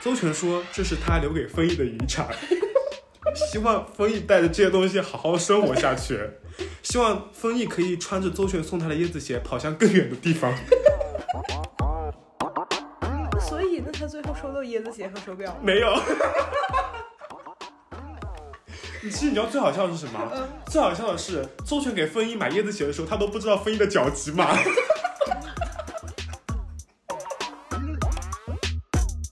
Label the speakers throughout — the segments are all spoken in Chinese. Speaker 1: 邹全说这是他留给丰毅的遗产，希望丰毅带着这些东西好好生活下去，希望丰毅可以穿着邹全送他的椰子鞋跑向更远的地方。
Speaker 2: 所以那他最后收到椰子鞋和手表吗？
Speaker 1: 没有。你其实你知道最好笑的是什么？最好笑的是邹全给风衣买椰子鞋的时候，他都不知道风衣的脚几码。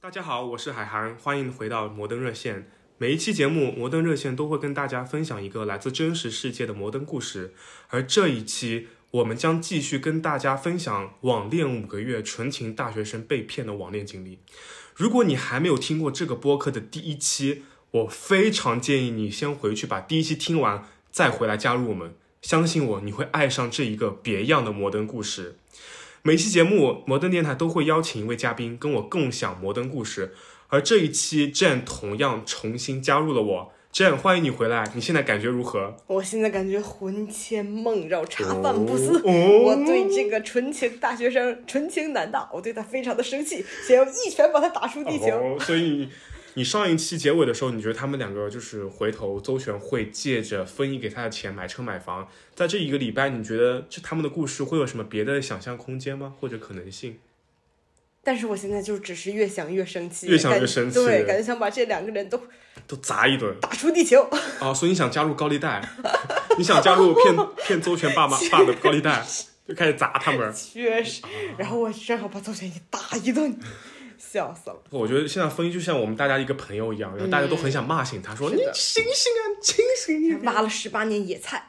Speaker 1: 大家好，我是海涵，欢迎回到摩登热线。每一期节目《摩登热线》都会跟大家分享一个来自真实世界的摩登故事，而这一期我们将继续跟大家分享网恋五个月纯情大学生被骗的网恋经历。如果你还没有听过这个播客的第一期，我非常建议你先回去把第一期听完，再回来加入我们。相信我，你会爱上这一个别样的摩登故事。每期节目，摩登电台都会邀请一位嘉宾跟我共享摩登故事，而这一期 Jane 同样重新加入了我。Jane，欢迎你回来，你现在感觉如何？
Speaker 2: 我现在感觉魂牵梦绕，茶饭不思。
Speaker 1: 哦哦
Speaker 2: 我对这个纯情大学生、纯情男大，我对他非常的生气，想要一拳把他打出地球。
Speaker 1: 哦，所以你你上一期结尾的时候，你觉得他们两个就是回头邹璇会借着分一给他的钱买车买房，在这一个礼拜，你觉得这他们的故事会有什么别的想象空间吗？或者可能性？
Speaker 2: 但是我现在就只是越想越生气，
Speaker 1: 越想越
Speaker 2: 感
Speaker 1: 生气
Speaker 2: 对，感觉想把这两个人都
Speaker 1: 都砸一顿
Speaker 2: 打出地球。
Speaker 1: 啊！所以你想加入高利贷， 你想加入骗骗邹璇 爸妈爸的高利贷，就开始砸他们。
Speaker 2: 确实，然后我正好把邹全一打一顿，笑死了。
Speaker 1: 我觉得现在分一就像我们大家一个朋友一样，然后大家都很想骂醒他，说
Speaker 2: 是
Speaker 1: 你
Speaker 2: 的
Speaker 1: 醒醒啊，清醒一点。
Speaker 2: 挖了十八年野菜，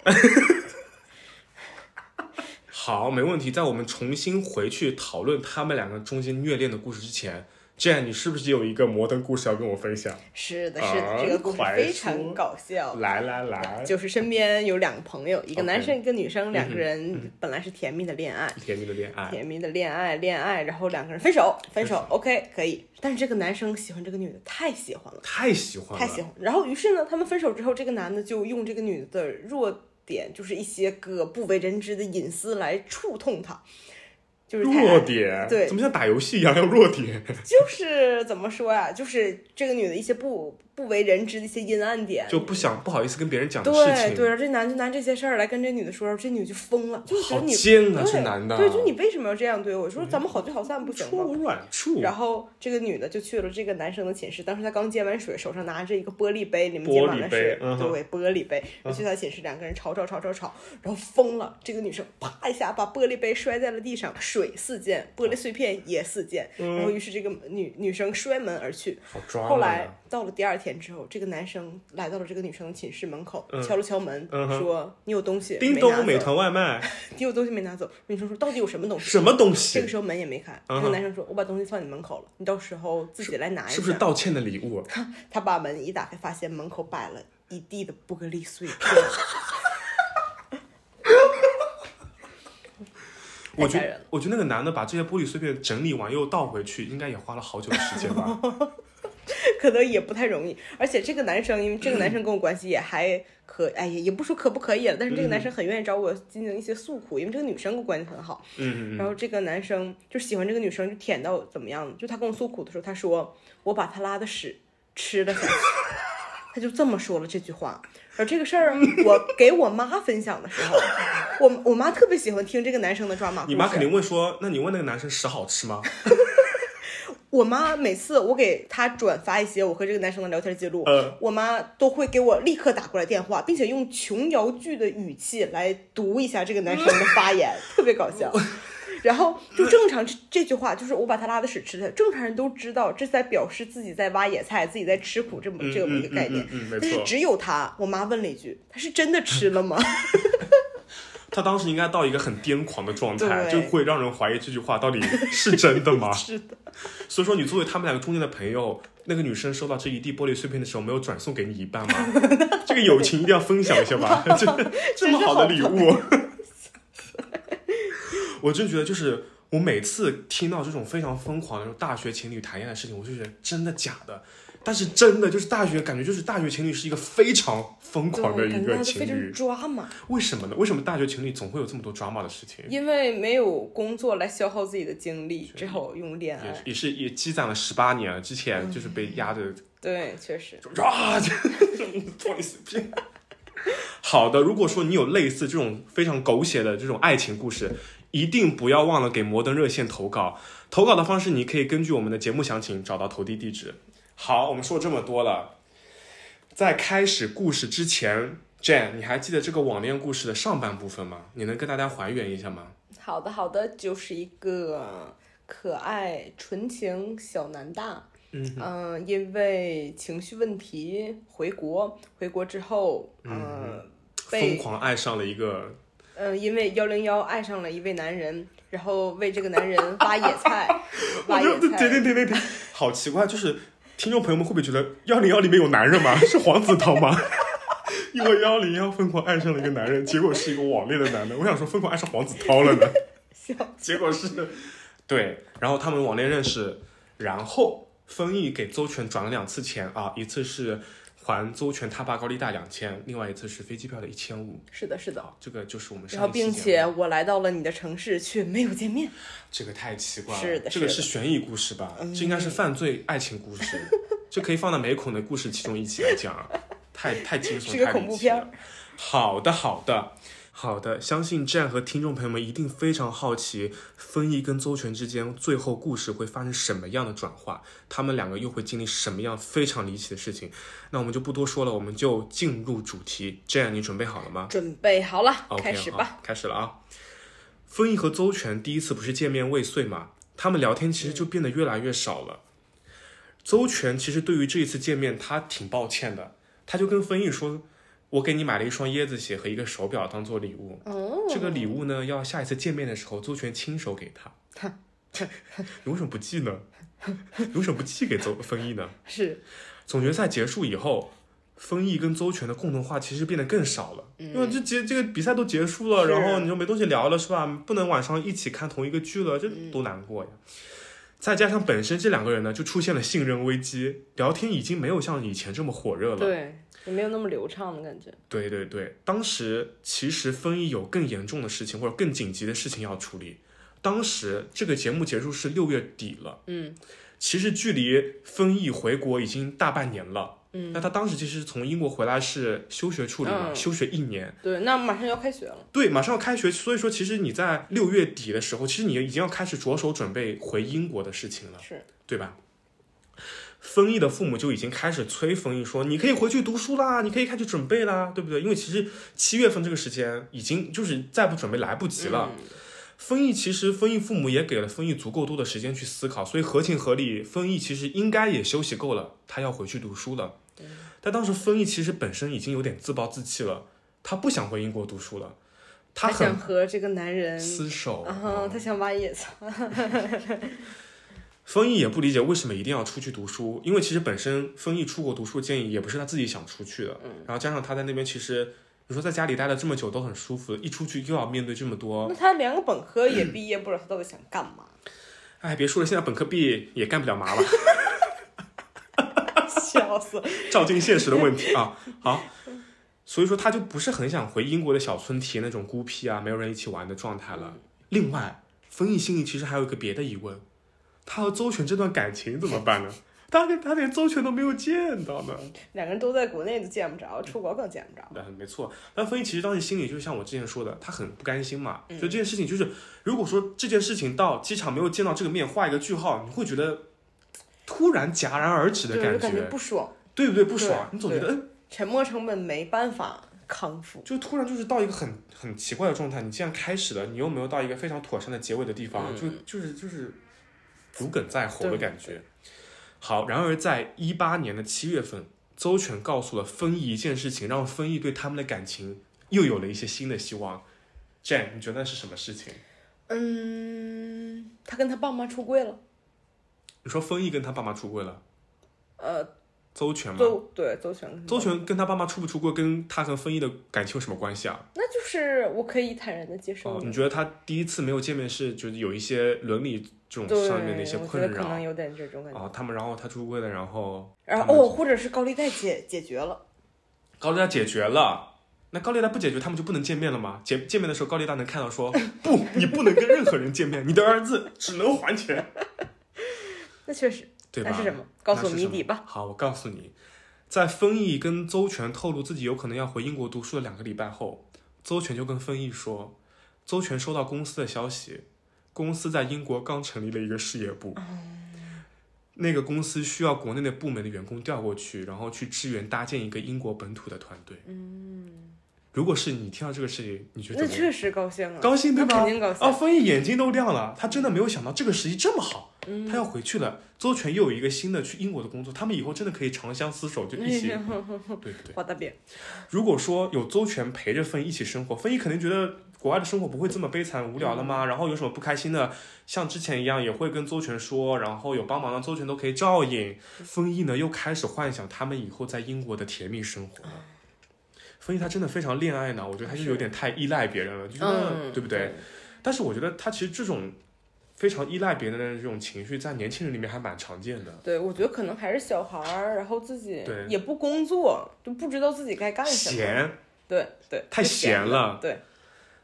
Speaker 1: 好，没问题。在我们重新回去讨论他们两个中间虐恋的故事之前，Jane，你是不是有一个摩登故事要跟我分享？
Speaker 2: 是的，是
Speaker 1: 啊
Speaker 2: 的，这个故事
Speaker 1: 快
Speaker 2: 非
Speaker 1: 说
Speaker 2: 常搞笑。
Speaker 1: 来来来，
Speaker 2: 就是身边有两个朋友，一个
Speaker 1: OK 嗯
Speaker 2: 男生一个女生，两个人本来是甜蜜的恋爱，
Speaker 1: 甜蜜的恋爱，
Speaker 2: 甜蜜的恋爱，恋爱，然后两个人分手，分手，OK，可以。但是这个男生喜欢这个女的，太喜欢了，
Speaker 1: 太喜欢
Speaker 2: 太喜
Speaker 1: 了。
Speaker 2: 欢。然后于是呢，他们分手之后，这个男的就用这个女的弱点，就是一些个不为人知的隐私来触痛她，就是太
Speaker 1: 弱点，
Speaker 2: 对
Speaker 1: 怎么像打游戏一样要弱点？
Speaker 2: 就是怎么说呀、就是这个女的一些不不为人知的一些阴暗点，
Speaker 1: 就不想不好意思跟别人讲的事
Speaker 2: 对
Speaker 1: 情，
Speaker 2: 对，然后这男就拿这些事儿来跟这女的说，这女的就疯了，就觉
Speaker 1: 好
Speaker 2: 得你
Speaker 1: 贱啊，
Speaker 2: 对
Speaker 1: 这男的，嗯
Speaker 2: 对，就你为什么要这样对我？说咱们好聚好散不行
Speaker 1: 戳
Speaker 2: 吗？
Speaker 1: 我软处，
Speaker 2: 然后这个女的就去了这个男生的寝室，当时她刚接完水，手上拿着一个玻璃杯，你们接满了水
Speaker 1: 玻璃杯，嗯哼
Speaker 2: 对，玻璃杯，就去她寝室，两个人吵吵吵吵吵，然后疯了，这个女生啪一下把玻璃杯摔在了地上，水四溅，玻璃碎片也四溅，然后于是这个女女生摔门而去。
Speaker 1: 好嗯抓嘛。
Speaker 2: 后来到了第二天之后，这个男生来到了这个女生的寝室门口，敲了敲门，
Speaker 1: 嗯哼
Speaker 2: 说：“你有东西
Speaker 1: 叮
Speaker 2: 没拿
Speaker 1: 咚，美
Speaker 2: 走
Speaker 1: 团外卖，
Speaker 2: 你有东西没拿走。”女生说：“到底有什么东西？”
Speaker 1: 什么东
Speaker 2: 这个
Speaker 1: 西？
Speaker 2: 时候门也没开，
Speaker 1: 嗯
Speaker 2: 那
Speaker 1: 哼
Speaker 2: 个男生说：“我把东西放你门口了，你到时候自己来拿一下。
Speaker 1: 是不是道歉的礼物？
Speaker 2: 他把门一打开，发现门口摆了一地的玻璃碎片，
Speaker 1: 我觉
Speaker 2: 太感人
Speaker 1: 得，我觉得那个男的把这些玻璃碎片整理完又倒回去，应该也花了好久的时间吧。
Speaker 2: 可能也不太容易。而且这个男生，因为这个男生跟我关系也还可，哎呀，也不说可不可以了，但是这个男生很愿意找我进行一些诉苦，因为这个女生跟我关系很好。
Speaker 1: 嗯嗯
Speaker 2: 然后这个男生就喜欢这个女生，就舔到怎么样？就他跟我诉苦的时候，他说我把他拉的屎 吃了下去，他就这么说了这句话。而这个事儿，我给我妈分享的时候，我我妈特别喜欢听这个男生的抓马啊故事。
Speaker 1: 你妈肯定问说，那你问那个男生屎好吃吗？
Speaker 2: 我妈每次我给她转发一些我和这个男生的聊天记录，
Speaker 1: 嗯
Speaker 2: 我妈都会给我立刻打过来电话，并且用琼瑶剧的语气来读一下这个男生的发言，特别搞笑。然后就正常这这句话就是我把他拉的屎吃了，正常人都知道这是在表示自己在挖野菜，自己在吃苦这么这么一个概念
Speaker 1: 嗯。嗯嗯嗯没
Speaker 2: 但是
Speaker 1: 错
Speaker 2: 只有他，我妈问了一句：“他是真的吃了吗？”
Speaker 1: 他当时应该到一个很癫狂的状态，就
Speaker 2: 对？
Speaker 1: 会让人怀疑这句话到底是真的吗
Speaker 2: 是的，
Speaker 1: 所以说，你作为他们两个中间的朋友，那个女生收到这一地玻璃碎片的时候，没有转送给你一半 吗？这个友情一定要分享一下吧，这这么好的礼物，我真觉得就是。我每次听到这种非常疯狂的这种大学情侣谈恋爱的事情，我就觉得真的假的？但是真的就是大学，感觉就是大学情侣是一个非常疯
Speaker 2: 对，
Speaker 1: 狂的一
Speaker 2: 感觉
Speaker 1: 个
Speaker 2: 大家都
Speaker 1: 情
Speaker 2: 非常
Speaker 1: 侣，
Speaker 2: 抓嘛，
Speaker 1: 为什么呢？为什么大学情侣总会有这么多 drama 的事情？
Speaker 2: 因为没有工作来消耗自己的精力，只好用恋
Speaker 1: 也是
Speaker 2: 爱。
Speaker 1: 也是也积攒了十八年，之前就是被
Speaker 2: 嗯
Speaker 1: 压着
Speaker 2: 对，确实，
Speaker 1: 就啊， 就放你死屁。好的，如果说你有类似这种非常狗血的这种爱情故事，一定不要忘了给摩登热线投稿。投稿的方式，你可以根据我们的节目详情找到投递地址。好，我们说这么多了，在开始故事之前，Jane，你还记得这个网恋故事的上半部分吗？你能跟大家还原一下吗？
Speaker 2: 好的好的，就是一个可爱纯情小男大，嗯、因为情绪问题回国，回国之后，嗯、
Speaker 1: 疯
Speaker 2: 被
Speaker 1: 狂爱上了一个，
Speaker 2: 嗯、因为幺零幺爱上了一位男人，然后为这个男人挖野 菜，挖野
Speaker 1: 停
Speaker 2: 菜。
Speaker 1: 停停停停，好奇怪，就是听众朋友们会不会觉得幺零幺里面有男人吗？ 是黄子韬吗？因为幺零幺疯狂爱上了一个男人，结果是一个网恋的男的。我想说疯狂爱上黄子韬了 呢，结果是，对，然后他们网恋认识，然后丰毅给邹全转了两次钱啊，一次是还邹全他爸高利贷两千，另外一次是飞机票的一千五。
Speaker 2: 是的，是的。
Speaker 1: 好，这个就是我们
Speaker 2: 然后，
Speaker 1: 上一期
Speaker 2: 并
Speaker 1: 节目啊
Speaker 2: 且我来到了你的城市，却没有见面。
Speaker 1: 这个太奇怪了，
Speaker 2: 是的嗯
Speaker 1: 这个是
Speaker 2: 是
Speaker 1: 悬疑故事吧？这应该是犯罪爱情故事，这可以放到美恐的故事其中一起来讲，啊太太惊悚，
Speaker 2: 是个
Speaker 1: 太
Speaker 2: 恐怖
Speaker 1: 离奇了
Speaker 2: 片儿。
Speaker 1: 好的，好的，好的，相信 Jane 和听众朋友们一定非常好奇，丰毅跟邹全之间最后故事会发生什么样的转化，他们两个又会经历什么样非常离奇的事情。那我们就不多说了，我们就进入主题。Jane，你准备好了吗？
Speaker 2: 准备好了
Speaker 1: OK，
Speaker 2: 开始
Speaker 1: 好
Speaker 2: 吧。，
Speaker 1: 开始了啊。丰毅和邹全第一次不是见面未遂嘛，他们聊天其实就变得越来越少了。邹全其实对于这一次见面，他挺抱歉的，他就跟丰毅说：“我给你买了一双椰子鞋和一个手表当做礼物，
Speaker 2: 哦，
Speaker 1: 这个礼物呢，要下一次见面的时候，邹全亲手给他。 你为什么不寄呢？ 你为什么不寄给邹丰毅呢？
Speaker 2: 是
Speaker 1: 总决赛结束以后，丰毅跟邹全的共同话题其实变得更少了，因为这结这个比赛都结束了，
Speaker 2: 是
Speaker 1: 然后你就没东西聊了，是吧？不能晚上一起看同一个剧了，这多难过呀！再加上本身这两个人呢，就出现了信任危机，聊天已经没有像以前这么火热了。
Speaker 2: 对，也没有那么流畅的感觉。
Speaker 1: 对对对，当时其实丰毅有更严重的事情或者更紧急的事情要处理。当时这个节目结束是六月底了，
Speaker 2: 嗯，
Speaker 1: 其实距离丰毅回国已经大半年了。
Speaker 2: 嗯，
Speaker 1: 那他当时其实从英国回来是休学处理嘛，
Speaker 2: 嗯
Speaker 1: 休学一年，
Speaker 2: 对，那马上要开学了。
Speaker 1: 对，马上要开学，所以说其实你在六月底的时候，其实你已经要开始着手准备回英国的事情了，
Speaker 2: 是，
Speaker 1: 对吧？丰毅的父母就已经开始催丰毅说：“你可以回去读书啦，你可以开始准备啦，对不对？因为其实七月份这个时间已经就是再不准备来不及了。
Speaker 2: 嗯
Speaker 1: 丰毅其实丰毅父母也给了丰毅足够多的时间去思考，所以合情合理，丰毅其实应该也休息够了，他要回去读书了。但当时丰毅其实本身已经有点自暴自弃了，他不想回英国读书了，他
Speaker 2: 他想
Speaker 1: 很哦
Speaker 2: 和这个男人，
Speaker 1: 厮守。
Speaker 2: 啊，他想挖野菜。
Speaker 1: 丰毅也不理解为什么一定要出去读书，因为其实本身丰毅出国读书建议也不是他自己想出去的，然后加上他在那边其实你说在家里待了这么久都很舒服，一出去又要面对这么多，
Speaker 2: 那他连个本科也毕业不了，他到底想干嘛？
Speaker 1: 哎，别说了，现在本科毕业也干不了嘛了。
Speaker 2: 笑死！
Speaker 1: 照进现实的问题啊。好，所以说他就不是很想回英国的小村体验那种孤僻啊，没有人一起玩的状态了。另外，丰毅心里其实还有一个别的疑问，他和周全这段感情怎么办呢？他连他连周全都没有见到呢。
Speaker 2: 两个人都在国内都见不着，出国更见不着。
Speaker 1: 嗯，没错。但丰毅其实当时心里就像我之前说的，他很不甘心嘛。
Speaker 2: 嗯
Speaker 1: 就这件事情，就是如果说这件事情到机场没有见到这个面，画一个句号，你会觉得突然戛然而止的
Speaker 2: 对，就
Speaker 1: 感
Speaker 2: 感觉
Speaker 1: 觉，
Speaker 2: 不爽，
Speaker 1: 对不对？不爽，
Speaker 2: 对
Speaker 1: 你总觉得嗯，
Speaker 2: 沉没成本没办法康复。
Speaker 1: 就突然就是到一个很很奇怪的状态，你既然开始了，你又没有到一个非常妥善的结尾的地方，就就是就是如鲠在喉的
Speaker 2: 嗯对
Speaker 1: 感觉。好，然而在一八年的七月份，邹全告诉了丰毅一件事情，让丰毅对他们的感情又有了一些新的希望。Jane，你觉得那是什么事情？
Speaker 2: 嗯，他跟他爸妈出柜了。
Speaker 1: 你说丰毅跟他爸妈出柜了，
Speaker 2: 呃，
Speaker 1: 邹全吗？
Speaker 2: 邹对邹全，
Speaker 1: 邹全跟他爸妈出不出柜，跟他和丰毅的感情有什么关系啊？
Speaker 2: 那就是我可以坦然的接受
Speaker 1: 哦，
Speaker 2: 你
Speaker 1: 你觉得他第一次没有见面是就是有一些伦理这种
Speaker 2: 对，
Speaker 1: 上面的一些
Speaker 2: 我觉
Speaker 1: 困
Speaker 2: 得可能
Speaker 1: 扰
Speaker 2: 有点这种感觉。
Speaker 1: 哦，他们然后他出柜了，然后
Speaker 2: 然
Speaker 1: 他
Speaker 2: 后
Speaker 1: 们
Speaker 2: 哦，或者是高利贷解解决了，
Speaker 1: 高利贷解决了，那高利贷不解决，他们就不能见面了吗？见见面的时候，高利贷能看到说 不，你不能跟任何人见面，你的儿子只能还钱，
Speaker 2: 那确实，
Speaker 1: 对吧？
Speaker 2: 那是什么？告诉我
Speaker 1: 那是什
Speaker 2: 谜
Speaker 1: 么
Speaker 2: 底吧。。
Speaker 1: 好，我告诉你，在丰毅跟邹全透露自己有可能要回英国读书的两个礼拜后，邹全就跟丰毅说，邹全收到公司的消息，公司在英国刚成立了一个事业
Speaker 2: 哦
Speaker 1: 部。那个公司需要国内的部门的员工调过去，然后去支援搭建一个英国本土的团队。嗯，如果是你听到这个事情，你觉得
Speaker 2: 那
Speaker 1: 怎么样？
Speaker 2: 确实高兴啊，
Speaker 1: 高兴对
Speaker 2: 那
Speaker 1: 吧
Speaker 2: 肯？定高兴。
Speaker 1: 啊，丰毅眼睛都亮了，他真的没有想到这个时机这么好，他要回去了。周全又有一个新的去英国的工作，他们以后真的可以长相厮守， 就一起， 对不对？
Speaker 2: 画大饼，
Speaker 1: 如果说有周全陪着丰毅一起生活，丰毅肯定觉得国外的生活不会这么悲惨无聊了吗？然后有什么不开心的，像之前一样也会跟周全说，然后有帮忙的周全都可以照应。丰毅呢又开始幻想他们以后在英国的甜蜜生活了。丰毅他真的非常恋爱脑，我觉得他就是有点太依赖别人了，就觉得、
Speaker 2: 嗯，
Speaker 1: 对不对？？但是我觉得他其实这种非常依赖别人的这种情绪，在年轻人里面还蛮常见的。
Speaker 2: 对，我觉得可能还是小孩儿，然后自己
Speaker 1: 对
Speaker 2: 也不工作，就不知道自己该干什么。
Speaker 1: 闲，
Speaker 2: 对对，
Speaker 1: 太
Speaker 2: 就闲
Speaker 1: 闲了。
Speaker 2: 对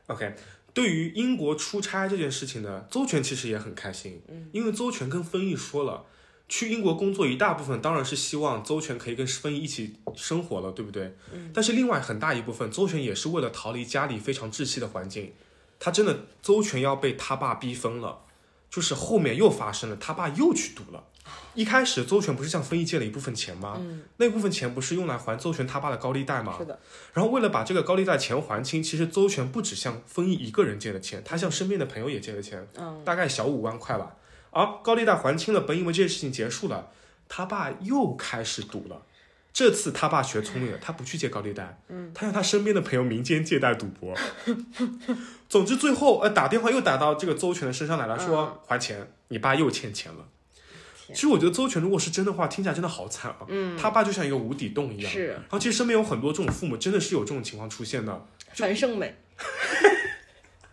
Speaker 1: ，OK。对于英国出差这件事情呢，邹全其实也很开心，
Speaker 2: 嗯
Speaker 1: 因为邹全跟丰毅说了，去英国工作一大部分当然是希望邹全可以跟丰毅一起生活了，对不对？
Speaker 2: 嗯
Speaker 1: 但是另外很大一部分，邹全也是为了逃离家里非常窒息的环境，他真的邹全要被他爸逼疯了，就是后面又发生了，他爸又去赌了。一开始邹全不是向丰毅借了一部分钱吗？
Speaker 2: 嗯
Speaker 1: 那部分钱不是用来还邹全他爸的高利贷吗？
Speaker 2: 是的，
Speaker 1: 然后为了把这个高利贷钱还清，其实邹全不只向丰毅一个人借了钱，他向身边的朋友也借了钱，
Speaker 2: 嗯，
Speaker 1: 大概小五万块吧。而高利贷还清了，本以为这件事情结束了，他爸又开始赌了。这次他爸学聪明了，他不去借高利贷，嗯，他让他身边的朋友民间借贷赌博。 总之最后呃打电话又打到这个邹全的身上来了，说、还钱，你爸又欠钱了。
Speaker 2: 嗯天
Speaker 1: 其实我觉得邹全如果是真的话，听起来真的好惨啊。嗯，他爸就像一个无底洞一样。
Speaker 2: 是
Speaker 1: 然后其实身边有很多这种父母，真的是有这种情况出现的。
Speaker 2: 樊胜美，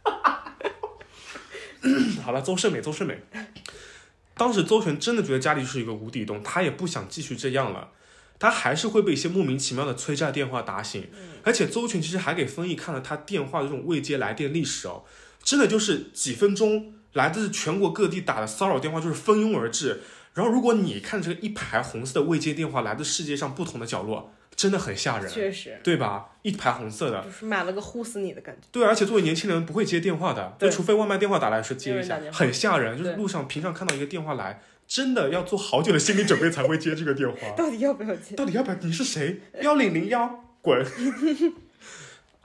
Speaker 1: 好了，邹胜美，邹胜美。当时邹全真的觉得家里就是一个无底洞，他也不想继续这样了，他还是会被一些莫名其妙的催债电话打醒。而且邹全其实还给丰毅看了他电话的这种未接来电历史哦，真的就是几分钟来自全国各地打的骚扰电话就是蜂拥而至。然后如果你看这一排红色的未接电话来自世界上不同的角落，真的很吓人，
Speaker 2: 确实
Speaker 1: 对吧？一排红色的，
Speaker 2: 就是买了个呼死你的感觉。
Speaker 1: 对，而且作为年轻人不会接电话的，就
Speaker 2: 对
Speaker 1: 除非外卖电话打来是
Speaker 2: 没
Speaker 1: 接
Speaker 2: 有
Speaker 1: 一
Speaker 2: 人
Speaker 1: 下
Speaker 2: 打，电话
Speaker 1: 很吓人。就是
Speaker 2: 对
Speaker 1: 路上平常看到一个电话来，真的要做好久的心理准备才会接这个电 话。
Speaker 2: 到底要不要接？
Speaker 1: 到底要不要？你是谁？幺零零幺， 滚！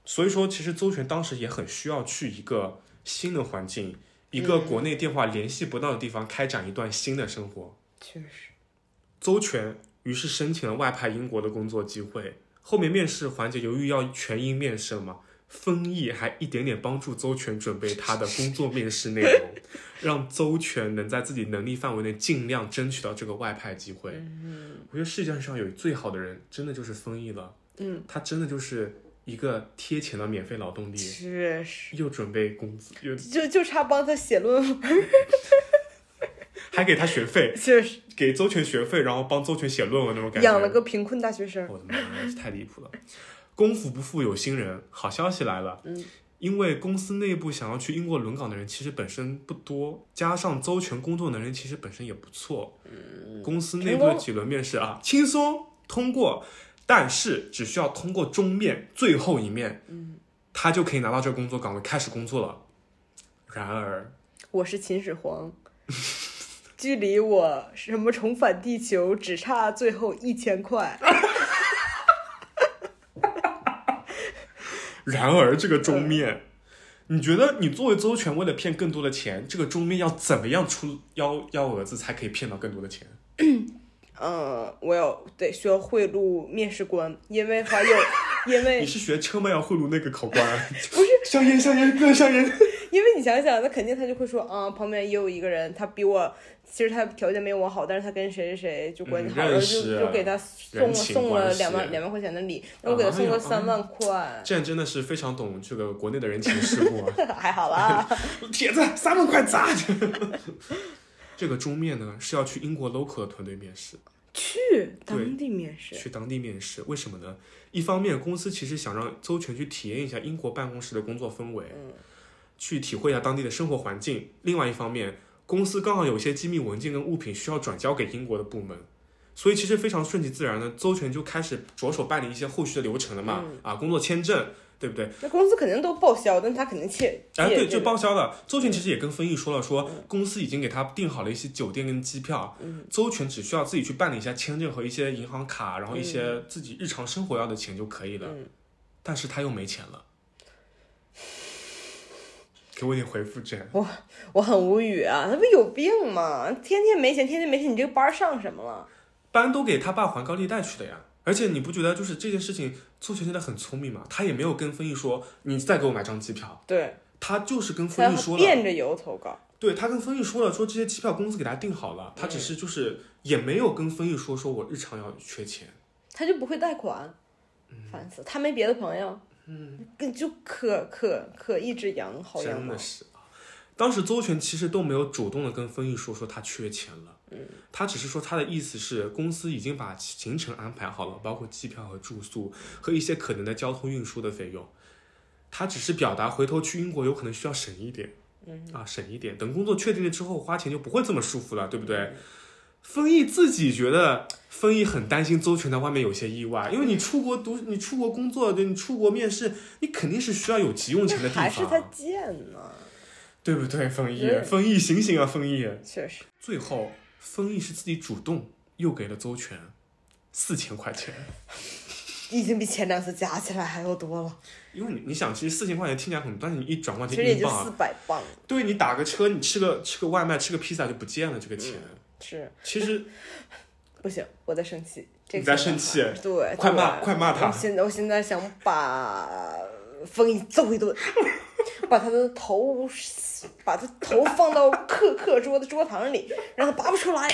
Speaker 1: 所以说，其实邹全当时也很需要去一个新的环境，一个
Speaker 2: 嗯
Speaker 1: 国内电话联系不到的地方，开展一段新的生活。
Speaker 2: 确实，
Speaker 1: 邹全于是申请了外派英国的工作机会。后面面试环节，由于要全英面试了嘛，丰毅还一点点帮助邹全准备他的工作面试内容， 让邹全能在自己能力范围内尽量争取到这个外派机会。
Speaker 2: 嗯
Speaker 1: 我觉得世界上有最好的人，真的就是丰毅了。
Speaker 2: 嗯，
Speaker 1: 他真的就是一个贴钱的免费劳动力，
Speaker 2: 确实，
Speaker 1: 又准备工资，又
Speaker 2: 就就差帮他写论文，
Speaker 1: 还给他学费，
Speaker 2: 确实
Speaker 1: 给邹全学费，然后帮邹全写论文那种 感觉。
Speaker 2: 养了个贫困大学生。
Speaker 1: 我的妈呀，太离谱了！功夫不负有心人，好消息来了。嗯，因为公司内部想要去英国轮岗的人其实本身不多，加上邹全工作能力其实本身也不错。嗯，公司内部的几轮面试啊，轻松通过，但是只需要通过终面最后一面，嗯，他就可以拿到这个工作岗位开始工作了。然而，
Speaker 2: 我是秦始皇， 距离我什么重返地球只差最后一千块。
Speaker 1: 然而这个终面，你觉得你作为周全为了骗更多的钱，这个终面要怎么样出幺幺蛾子才可以骗到更多的钱？
Speaker 2: 嗯，我要得需要贿赂面试官，因为还有，因
Speaker 1: 你
Speaker 2: 为
Speaker 1: 是学车吗？要贿赂那个考官？不是，香烟，香烟，不能香烟。
Speaker 2: 因为你想想，那肯定他就会说，啊，旁边也有一个人，他比我其实他条件没有我好，但是他跟谁谁谁就关系好，
Speaker 1: 嗯
Speaker 2: 然后
Speaker 1: 认识
Speaker 2: 就就给他送
Speaker 1: 人
Speaker 2: 了
Speaker 1: 情
Speaker 2: 送
Speaker 1: 关
Speaker 2: 了
Speaker 1: 系
Speaker 2: 两万两万块钱的礼，
Speaker 1: 啊
Speaker 2: 然后给他送
Speaker 1: 哎
Speaker 2: 了
Speaker 1: 呦
Speaker 2: 三 万块，
Speaker 1: 这样真的是非常懂这个国内的人情世故啊！
Speaker 2: 还好啦。
Speaker 1: 铁子，三万块砸！ 这个猪面呢是要去英国 local 的团队面试，
Speaker 2: 去当地面试，
Speaker 1: 去当地面试，为什么呢？一方面，公司其实想让周全去体验一下英国办公室的工作氛围，
Speaker 2: 嗯
Speaker 1: 去体会一下当地的生活环境；另外一方面，公司刚好有一些机密文件跟物品需要转交给英国的部门。所以其实非常顺其自然的，周全就开始着手办理一些后续的流程了嘛，
Speaker 2: 嗯
Speaker 1: 啊，工作签证，对不对？
Speaker 2: 那公司肯定都报销，但是他肯定借
Speaker 1: 哎，
Speaker 2: 借
Speaker 1: 对，
Speaker 2: 这
Speaker 1: 就
Speaker 2: 个嗯
Speaker 1: 报销了。周全其实也跟丰毅说了说，公司已经给他订好了一些酒店跟机票，
Speaker 2: 嗯
Speaker 1: 周全只需要自己去办理一下签证和一些银行卡，然后一
Speaker 2: 嗯
Speaker 1: 些自己日常生活要的钱就可以了。但是他又没钱了，给我一点回复这样。
Speaker 2: 我很无语啊，他不有病吗？天天没钱，天天没钱，你这个班儿上什么了？
Speaker 1: 班都给他爸还高利贷去的呀。而且你不觉得就是这件事情，周全真的很聪明吗？他也没有跟丰毅说你再给我买张机票，
Speaker 2: 对，
Speaker 1: 他就是跟
Speaker 2: 他
Speaker 1: 丰毅说了。
Speaker 2: 变着由头搞，
Speaker 1: 对他跟丰毅说了，说这些机票公司给他定好了，他只是就是也没有跟丰毅说说我日常要缺钱，
Speaker 2: 他就不会贷款，烦死了！他没别的朋友，嗯，就可可可一只羊，好羊
Speaker 1: 真
Speaker 2: 毛
Speaker 1: 的。是啊。当时周全其实都没有主动的跟丰毅说说他缺钱了，
Speaker 2: 嗯
Speaker 1: 他只是说他的意思是公司已经把行程安排好了，包括机票和住宿和一些可能的交通运输的费用，他只是表达回头去英国有可能需要省一点，
Speaker 2: 嗯
Speaker 1: 啊省一点，等工作确定了之后花钱就不会这么舒服了，对不对？
Speaker 2: 嗯
Speaker 1: 丰毅自己觉得，丰毅很担心周全在外面有些意外，因为你出国读，你出国工作，对你出国面试，你肯定是需要有急用钱的
Speaker 2: 那
Speaker 1: 地
Speaker 2: 还
Speaker 1: 方，啊
Speaker 2: 是他贱呢，
Speaker 1: 对不对？丰毅，
Speaker 2: 嗯
Speaker 1: 丰毅，醒醒啊，丰毅！
Speaker 2: 确实。
Speaker 1: 最后，丰毅是自己主动又给了周全四千块钱，
Speaker 2: 已经比前两次加起来还要多了，
Speaker 1: 因为你你想，其实四千块钱听起来很多，但是你一转换
Speaker 2: 其
Speaker 1: 成
Speaker 2: 实也
Speaker 1: 英
Speaker 2: 就
Speaker 1: 镑啊，
Speaker 2: 四百磅。
Speaker 1: 对你打个车，你吃个吃个外卖，吃个披萨就不见了这个钱。
Speaker 2: 嗯是，
Speaker 1: 其实
Speaker 2: 不行，我在生气。这个
Speaker 1: 你在
Speaker 2: 想
Speaker 1: 生
Speaker 2: 法
Speaker 1: 气
Speaker 2: 对，
Speaker 1: 快骂
Speaker 2: 对
Speaker 1: 快骂他
Speaker 2: 我现在我现在想把风一 揍一顿，把他的头，把他头放到课课桌的桌堂里，让他拔不出来，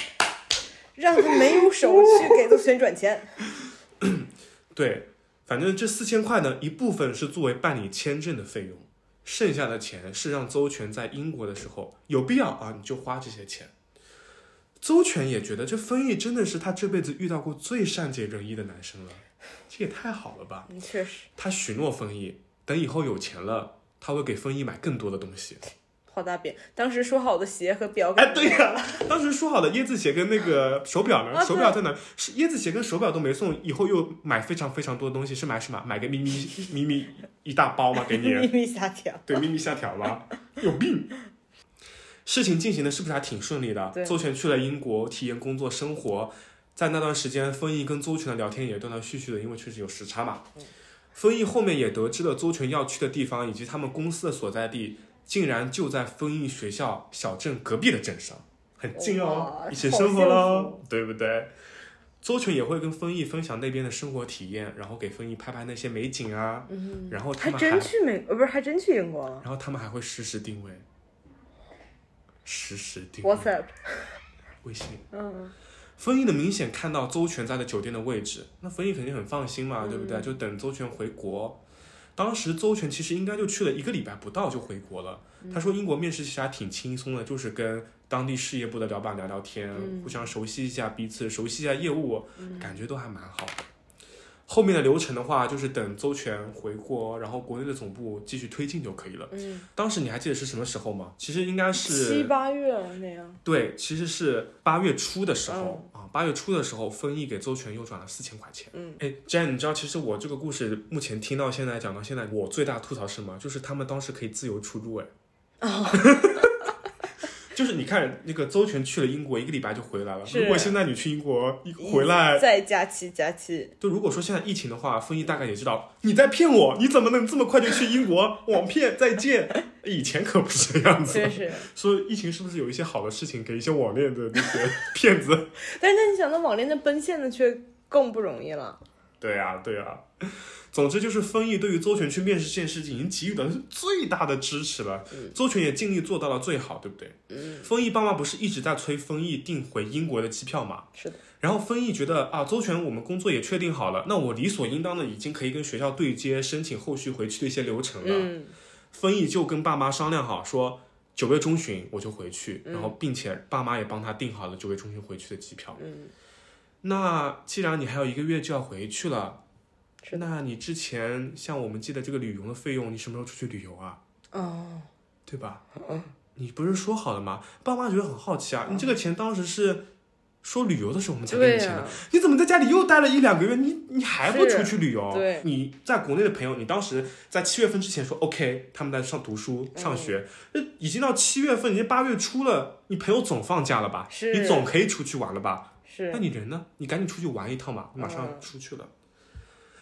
Speaker 2: 让他没有手去给他旋转钱。
Speaker 1: 对，反正这四千块呢，一部分是作为办理签证的费用，剩下的钱是让周全在英国的时候有必要啊，你就花这些钱。周全也觉得这丰毅真的是他这辈子遇到过最善解人意的男生了，这也太好了吧！
Speaker 2: 嗯，确实，
Speaker 1: 他许诺丰毅，等以后有钱了，他会给丰毅买更多的东西。
Speaker 2: 画大饼。当时说好的鞋和表给
Speaker 1: 哎，对呀、当时说好的椰子鞋跟那个手表呢？
Speaker 2: 啊对
Speaker 1: 手表在哪？是椰子鞋跟手表都没送，以后又买非常非常多的东西，是买什么？买个咪咪咪咪一大包嘛，给你。
Speaker 2: 秘密下调。
Speaker 1: 对，咪咪下调吧，有病。事情进行的是不是还挺顺利的？
Speaker 2: 对
Speaker 1: 周全去了英国体验工作生活，在那段时间，丰毅跟周全的聊天也断断续续的，因为确实有时差嘛。
Speaker 2: 嗯
Speaker 1: 丰毅后面也得知了周全要去的地方以及他们公司的所在地，竟然就在丰毅学校小镇隔壁的镇上，很近哦，
Speaker 2: 哇
Speaker 1: 一起
Speaker 2: 好
Speaker 1: 生活
Speaker 2: 幸
Speaker 1: 喽，对不对？周全也会跟丰毅分享那边的生活体验，然后给丰毅拍拍那些美景啊，然后他
Speaker 2: 嗯还
Speaker 1: 们
Speaker 2: 真去美，呃，不是，还真去英国了。
Speaker 1: 然后他们还会实时定位，实时定位
Speaker 2: WhatsApp，
Speaker 1: 微信。
Speaker 2: 嗯，
Speaker 1: 丰毅的明显看到周全在的酒店的位置，那丰毅肯定很放心嘛，对不对？就等周全回国。当时周全其实应该就去了一个礼拜不到就回国了。他说英国面试其实还挺轻松的，就是跟当地事业部的老板聊聊天，互相熟悉一下彼此，熟悉一下业务，感觉都还蛮好的。后面的流程的话，就是等周全回国，然后国内的总部继续推进就可以了。
Speaker 2: 嗯
Speaker 1: 当时你还记得是什么时候吗？其实应该
Speaker 2: 七
Speaker 1: 是
Speaker 2: 八月那样。
Speaker 1: 对，其实是八月初的时候、啊，八月初的时候，丰毅给周全又转了四千块钱。
Speaker 2: 嗯，
Speaker 1: 哎，Jane，你知道其实我这个故事目前听到现在讲到现在，我最大吐槽是什么？就是他们当时可以自由出入，哎，
Speaker 2: 哦
Speaker 1: 就是你看那个周全去了英国一个礼拜就回来了，
Speaker 2: 是
Speaker 1: 如果现在你去英国一回来，
Speaker 2: 再假期假期，
Speaker 1: 就如果说现在疫情的话，丰毅大概也知道你在骗我，你怎么能这么快就去英国？网骗，再见。以前可不是这样子，
Speaker 2: 确实。
Speaker 1: 说疫情是不是有一些好的事情给一些网恋的那些 骗子？
Speaker 2: 但是那你想，那网恋的奔现的却更不容易了。
Speaker 1: 对啊，对啊。总之就是丰毅对于周全去面试这件事情已经给予了最大的支持了，周全也尽力做到了最好，对不对？
Speaker 2: 嗯
Speaker 1: 丰毅爸妈不是一直在催丰毅订回英国的机票嘛？
Speaker 2: 是的。
Speaker 1: 然后丰毅觉得啊，周全我们工作也确定好了，那我理所应当的已经可以跟学校对接申请后续回去的一些流程了。
Speaker 2: 嗯，
Speaker 1: 丰毅就跟爸妈商量好说，九月中旬我就回去，然后并且爸妈也帮他订好了九月中旬回去的机票。嗯，那既然你还有一个月就要回去了，
Speaker 2: 是
Speaker 1: 那你之前像我们记得这个旅游的费用，你什么时候出去旅游啊？
Speaker 2: 哦，
Speaker 1: 对吧？
Speaker 2: 嗯
Speaker 1: 你不是说好了吗？爸妈觉得很好奇啊，你这个钱当时是说旅游的时候我们才给
Speaker 2: 对啊
Speaker 1: 你钱的，
Speaker 2: 呀、
Speaker 1: 你怎么在家里又待了一两个月？你你还不
Speaker 2: 是
Speaker 1: 出去旅游？
Speaker 2: 对，
Speaker 1: 你在国内的朋友，你当时在七月份之前说 OK，他们在上读书、
Speaker 2: 嗯
Speaker 1: 上学，那、已经到七月份，已经八月初了，你朋友总放假了吧？
Speaker 2: 是
Speaker 1: 你总可以出去玩了吧？
Speaker 2: 是。嗯
Speaker 1: 那你人呢？你赶紧出去玩一趟嘛，马上要出去了，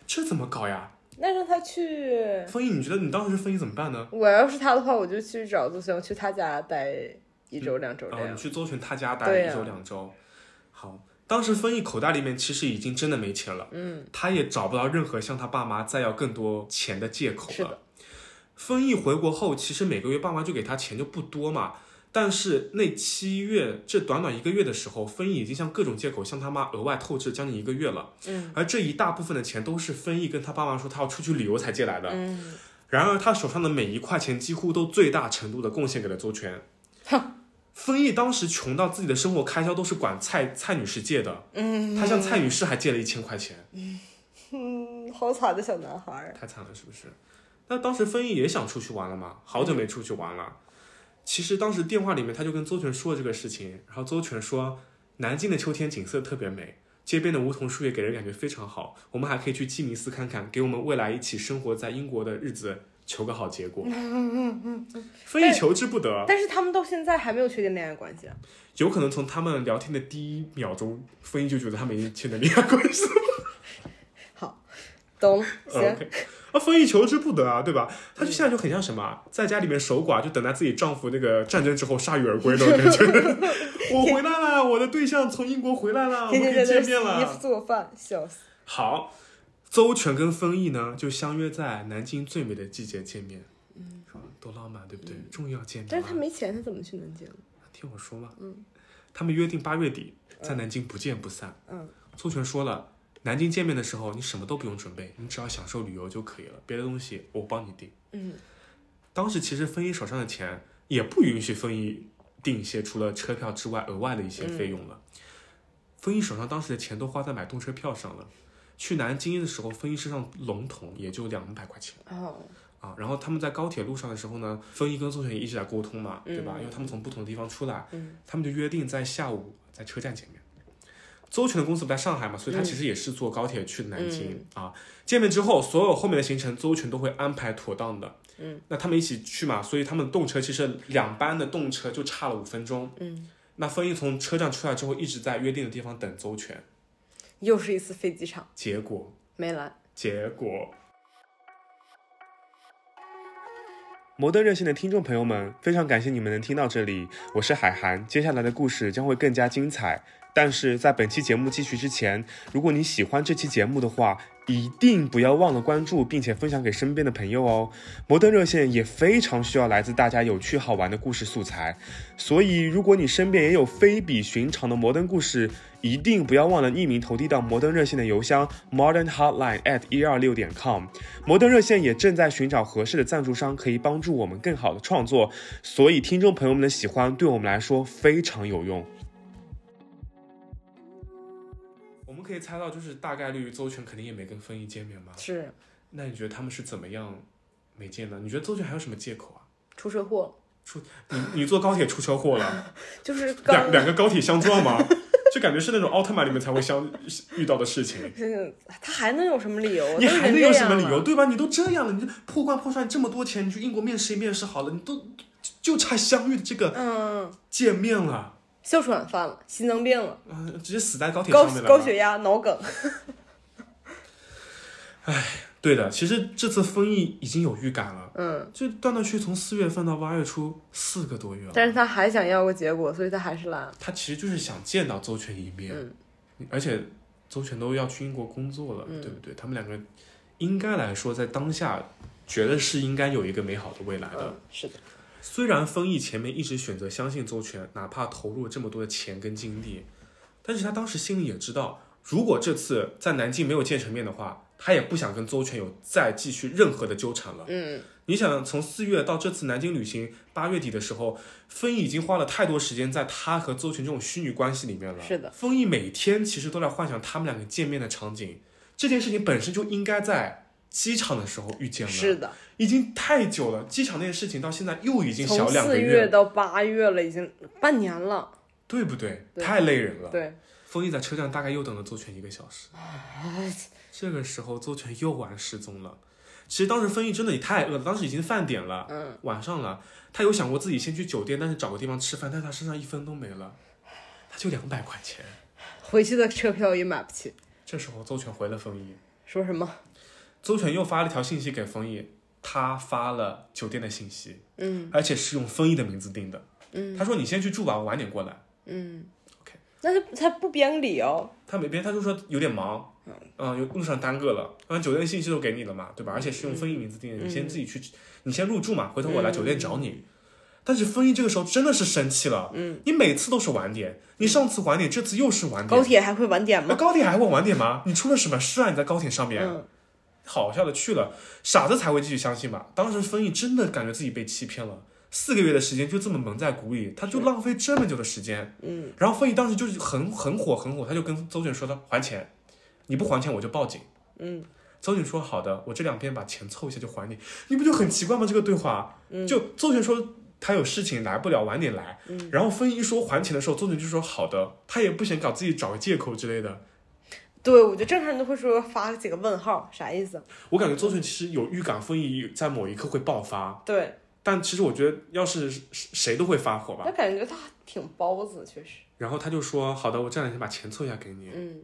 Speaker 1: 这怎么搞呀？
Speaker 2: 那让他去，
Speaker 1: 风毅，你觉得你当时是风毅怎么办呢？
Speaker 2: 我要是他的话，我就去找杜雄，去他家待一周两周这
Speaker 1: 啊，
Speaker 2: 样。
Speaker 1: 你去周旋他家
Speaker 2: 对
Speaker 1: 待一
Speaker 2: 呀
Speaker 1: 周两周。好，当时丰毅口袋里面其实已经真的没钱了，嗯，他也找不到任何向他爸妈再要更多钱的借口
Speaker 2: 是
Speaker 1: 了。丰毅回国后，其实每个月爸妈就给他钱就不多嘛。但是那七月这短短一个月的时候，丰毅已经向各种借口向他妈额外透支将近一个月了。嗯，而这一大部分的钱都是丰毅跟他爸妈说他要出去旅游才借来的。嗯，然而他手上的每一块钱几乎都最大程度的贡献给了周全。丰毅当时穷到自己的生活开销都是管蔡蔡女士借的，嗯，他向蔡女士还借了一千块钱，
Speaker 2: 嗯，好惨的小男孩儿。
Speaker 1: 太惨了，是不是？那当时丰毅也想出去玩了嘛，好久没出去玩了。其实当时电话里面他就跟邹全说了这个事情，然后邹全说，南京的秋天景色特别美，街边的梧桐树也给人感觉非常好，我们还可以去鸡鸣寺看看，给我们未来一起生活在英国的日子求个好结果。丰毅求之不得，
Speaker 2: 但是他们到现在还没有确定恋爱关系啊。
Speaker 1: 有可能从他们聊天的第一秒钟，风一就觉得他们已经确定恋爱关系了。
Speaker 2: 好，
Speaker 1: 嗯
Speaker 2: 懂了，行，
Speaker 1: OK，啊，风一求之不得啊，对吧？她就现在就很像什么啊，在家里面守寡，就等待自己丈夫那个战争之后铩羽而归的感 觉。我回来了，我的对象从英国回来啊了，我
Speaker 2: 天
Speaker 1: 们
Speaker 2: 天
Speaker 1: 可
Speaker 2: 在
Speaker 1: 以见
Speaker 2: 这洗
Speaker 1: 面
Speaker 2: 衣
Speaker 1: 了
Speaker 2: 服。做饭，笑死。
Speaker 1: 好，邹全跟丰毅呢就相约在南京最美的季节见面，嗯，多浪漫，对不对？终于要见面了。
Speaker 2: 嗯但是他没钱，他怎么去南京？
Speaker 1: 听我说嘛，
Speaker 2: 嗯
Speaker 1: 他们约定八月底在南京不见不散。
Speaker 2: 嗯，
Speaker 1: 周全说了，南京见面的时候你什么都不用准备，你只要享受旅游就可以了，别的东西我帮你订。
Speaker 2: 嗯，
Speaker 1: 当时其实丰毅手上的钱也不允许丰毅订一些除了车票之外额外的一些费用了。
Speaker 2: 嗯
Speaker 1: 丰毅手上当时的钱都花在买动车票上了。去南京的时候，丰毅身上笼统也就两百块钱。
Speaker 2: 哦，
Speaker 1: 啊，然后他们在高铁路上的时候呢，丰毅跟宋雪也一直在沟通嘛，对吧？因为他们从不同的地方出来，他们就约定在下午在车站见面。周全的公司不在上海嘛，所以他其实也是坐高铁去的南京、啊。见面之后，所有后面的行程周全都会安排妥当的。嗯，那他们一起去嘛，所以他们动车其实两班的动车就差了五分钟。嗯，那丰毅从车站出来之后，一直在约定的地方等周全，
Speaker 2: 又是一次飞机场，
Speaker 1: 结果
Speaker 2: 没来。
Speaker 1: 结果。摩登热线的听众朋友们，非常感谢你们能听到这里，我是海涵。接下来的故事将会更加精彩，但是在本期节目继续之前，如果你喜欢这期节目的话，一定不要忘了关注并且分享给身边的朋友哦。摩登热线也非常需要来自大家有趣好玩的故事素材，所以如果你身边也有非比寻常的摩登故事，一定不要忘了匿名投递到摩登热线的邮箱 modernhotline at e 一二六点 com。摩登热线也正在寻找合适的赞助商，可以帮助我们更好的创作，所以听众朋友们的喜欢对我们来说非常有用。我们可以猜到，就是大概率周全肯定也没跟丰毅见面吧？
Speaker 2: 是
Speaker 1: 那你觉得他们是怎么样没见的？你觉得周全还有什么借口啊？
Speaker 2: 出车祸，
Speaker 1: 你你坐高铁出车祸 了，
Speaker 2: 就是刚
Speaker 1: 两两个高铁相撞吗？就感觉是那种奥特曼里面才会相遇到的事情。
Speaker 2: 嗯， 他还能有什么理由？
Speaker 1: 你
Speaker 2: 都已
Speaker 1: 还
Speaker 2: 经
Speaker 1: 能有
Speaker 2: 这
Speaker 1: 什
Speaker 2: 样啊
Speaker 1: 么理由
Speaker 2: 了？
Speaker 1: 对吧？你都这样了，你这破罐破摔这么多钱，你去英国面试一面试好了，你都就就差相遇的这个
Speaker 2: 嗯，哮
Speaker 1: 见面了，
Speaker 2: 哮喘犯了，心脏病了，
Speaker 1: 嗯、直接死在高铁
Speaker 2: 高
Speaker 1: 上面了。
Speaker 2: 高血压、脑梗。
Speaker 1: 对的，其实这次封疫已经有预感了，
Speaker 2: 嗯，
Speaker 1: 就断断续续从四月份到八月初四个多月了。
Speaker 2: 但是他还想要个结果，所以他还是来了。
Speaker 1: 他其实就是想见到周全一面，
Speaker 2: 嗯
Speaker 1: 而且邹全都要去英国工作了，对不对？他们两个人应该来说，在当下觉得是应该有一个美好的未来的。
Speaker 2: 嗯，是的，
Speaker 1: 虽然丰毅前面一直选择相信周全，哪怕投入了这么多的钱跟精力，但是他当时心里也知道，如果这次在南京没有见成面的话，他也不想跟周全有再继续任何的纠缠了。
Speaker 2: 嗯，
Speaker 1: 你想，从四月到这次南京旅行，八月底的时候，丰毅已经花了太多时间在他和邹全这种虚拟关系里面了。
Speaker 2: 是的，
Speaker 1: 丰毅每天其实都在幻想他们两个见面的场景，这件事情本身就应该在机场的时候遇见了。
Speaker 2: 是的，
Speaker 1: 已经太久了，机场那件事情到现在又已经小
Speaker 2: 从
Speaker 1: 两个
Speaker 2: 四
Speaker 1: 月，
Speaker 2: 月到八月了，已经半年了。
Speaker 1: 对不对？
Speaker 2: 对
Speaker 1: 太累人了。
Speaker 2: 对，啊
Speaker 1: 丰毅在车站大概又等了邹全一个小时，这个时候邹全又玩失踪了。其实当时丰毅真的也太饿了，当时已经饭点了，
Speaker 2: 嗯，
Speaker 1: 晚上了，他有想过自己先去酒店，但是找个地方吃饭，但是他身上一分都没了，他就两百块钱。
Speaker 2: 回去的车票也买不起。
Speaker 1: 这时候邹全回了丰毅，
Speaker 2: 说什么？
Speaker 1: 邹全又发了一条信息给丰毅，他发了酒店的信息，
Speaker 2: 嗯
Speaker 1: 而且是用丰毅的名字订的。
Speaker 2: 嗯，
Speaker 1: 他说你先去住吧，我晚点过来。
Speaker 2: 嗯
Speaker 1: OK
Speaker 2: 那他他不编个理由，
Speaker 1: 他没编，他就说有点忙，嗯，有路上耽搁了，反正酒店信息都给你了嘛，对吧？而且是用丰毅名字订的，你先自己去，你先入住嘛，回头我来酒店找你。但是丰毅这个时候真的是生气了，嗯，你每次都是晚点，你上次晚点，这次又是晚
Speaker 2: 高
Speaker 1: 点，
Speaker 2: 铁还会晚点
Speaker 1: 那
Speaker 2: 吗？
Speaker 1: 高铁还会晚点吗？你出了什么事啊？你在高铁上面，
Speaker 2: 嗯
Speaker 1: 好笑的去了，傻子才会继续相信吧。当时丰毅真的感觉自己被欺骗了，四个月的时间就这么蒙在鼓里，他就浪费这么久的时间。
Speaker 2: 嗯，
Speaker 1: 然后丰毅当时就是很很火很火，他就跟邹俊说他还钱，你不还钱我就报警。
Speaker 2: 嗯，
Speaker 1: 邹俊说好的，我这两天把钱凑一下就还你，你不就很奇怪吗？这个对话，
Speaker 2: 嗯
Speaker 1: 就邹俊说。他有事情来不了，晚点来。
Speaker 2: 嗯
Speaker 1: 然后丰毅一说还钱的时候，邹俊就说好的，他也不想搞自己找个借口之类的。
Speaker 2: 对，我觉得正常人都会说发几个问号，啥意思？
Speaker 1: 我感觉邹俊其实有预感，丰毅在某一刻会爆发。
Speaker 2: 对，
Speaker 1: 但其实我觉得，要是谁谁都会发火吧。
Speaker 2: 但感觉他挺包子，确实。
Speaker 1: 然后他就说：“好的，我这两天把钱凑一下给你。
Speaker 2: 嗯，”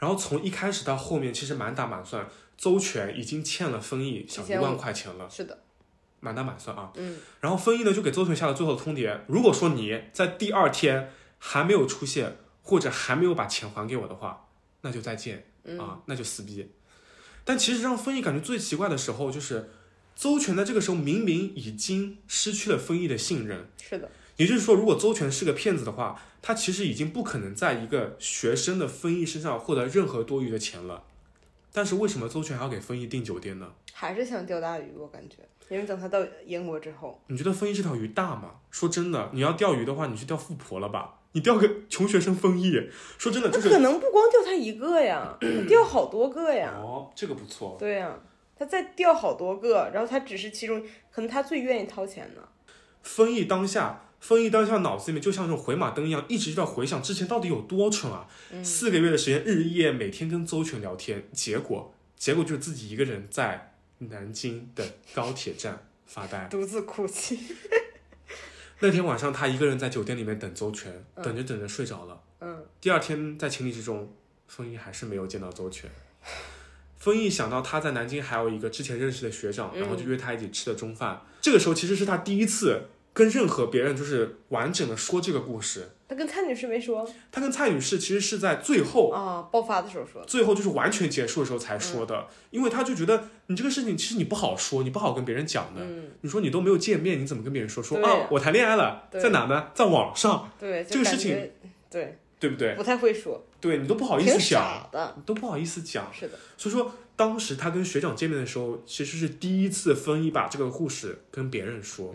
Speaker 1: 然后从一开始到后面，其实满打满算，周全已经欠了丰毅小一万块钱了，
Speaker 2: 是的，
Speaker 1: 满打满算啊。
Speaker 2: 嗯。
Speaker 1: 然后丰毅呢，就给周全下了最后的通牒：如果说你在第二天还没有出现，或者还没有把钱还给我的话，那就再见。
Speaker 2: 嗯，
Speaker 1: 啊，那就撕逼。但其实让丰毅感觉最奇怪的时候，就是邹全在这个时候明明已经失去了丰毅的信任。
Speaker 2: 是的，
Speaker 1: 也就是说，如果邹全是个骗子的话，他其实已经不可能在一个学生的丰毅身上获得任何多余的钱了。但是为什么邹全还要给丰毅订酒店呢？
Speaker 2: 还是想钓大鱼，我感觉，因为等他到英国之后，
Speaker 1: 你觉得丰毅这条鱼大吗？说真的，你要钓鱼的话，你去钓富婆了吧？你钓个 穷学生丰毅，说真的
Speaker 2: 他
Speaker 1: 就是
Speaker 2: 可能不光钓他一个呀，钓好多个呀。
Speaker 1: 哦，这个不错。
Speaker 2: 对呀，他再钓好多个，然后他只是其中，可能他最愿意掏钱呢。
Speaker 1: 丰毅当下，丰毅当下脑子里面就像这种回马灯一样，一直在回想之前到底有多蠢啊！四个月的时间，日日夜夜每天跟邹全聊天，结果结果就是自己一个人在南京的高铁站发呆。
Speaker 2: 独自哭泣。
Speaker 1: 那天晚上，他一个人在酒店里面等邹全，等着等着睡着了。
Speaker 2: 嗯，
Speaker 1: 第二天在情理之中，丰毅还是没有见到邹全。丰毅想到他在南京还有一个之前认识的学长，
Speaker 2: 嗯
Speaker 1: 然后就约他一起吃的中饭。这个时候其实是他第一次跟任何别人就是完整的说这个故事。
Speaker 2: 他跟蔡女士没说
Speaker 1: 他跟蔡女士其实是在最后，
Speaker 2: 啊，爆发的时候说的。嗯
Speaker 1: 最后就是完全结束的时候才说的，因为他就觉得你这个事情其实你不好说，你不好跟别人讲的。
Speaker 2: 嗯，
Speaker 1: 你说你都没有见面，你怎么跟别人说？说
Speaker 2: 对
Speaker 1: 啊，我谈恋爱了，
Speaker 2: 对
Speaker 1: 在哪呢？在网上，
Speaker 2: 对，
Speaker 1: 啊这
Speaker 2: 就
Speaker 1: 个
Speaker 2: 感
Speaker 1: 事情
Speaker 2: 觉对
Speaker 1: 对不对？
Speaker 2: 不太会说，
Speaker 1: 对你都不好意
Speaker 2: 挺
Speaker 1: 思讲，
Speaker 2: 傻的。
Speaker 1: 你都不好意思讲。
Speaker 2: 是的，
Speaker 1: 所以说，当时他跟学长见面的时候，其实是第一次分一把这个故事跟别人说。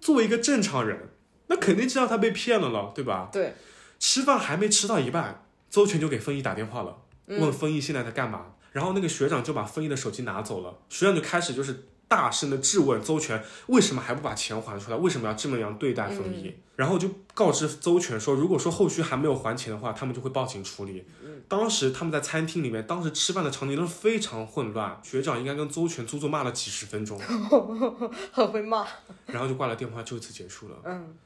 Speaker 1: 作为一个正常人，那肯定知道他被骗了了，对吧？
Speaker 2: 对，
Speaker 1: 吃饭还没吃到一半，邹全就给丰毅打电话了，问丰毅现在在干嘛。然后那个学长就把丰毅的手机拿走了，学长就开始就是大声的质问邹全为什么还不把钱还出来，为什么要这么样对待丰毅？然后就告知邹全说，如果说后续还没有还钱的话，他们就会报警处理。当时他们在餐厅里面，当时吃饭的场景都非常混乱，学长应该跟邹全足足骂了几十分钟，
Speaker 2: 很会骂。
Speaker 1: 然后就挂了电话，就此结束了。
Speaker 2: 嗯，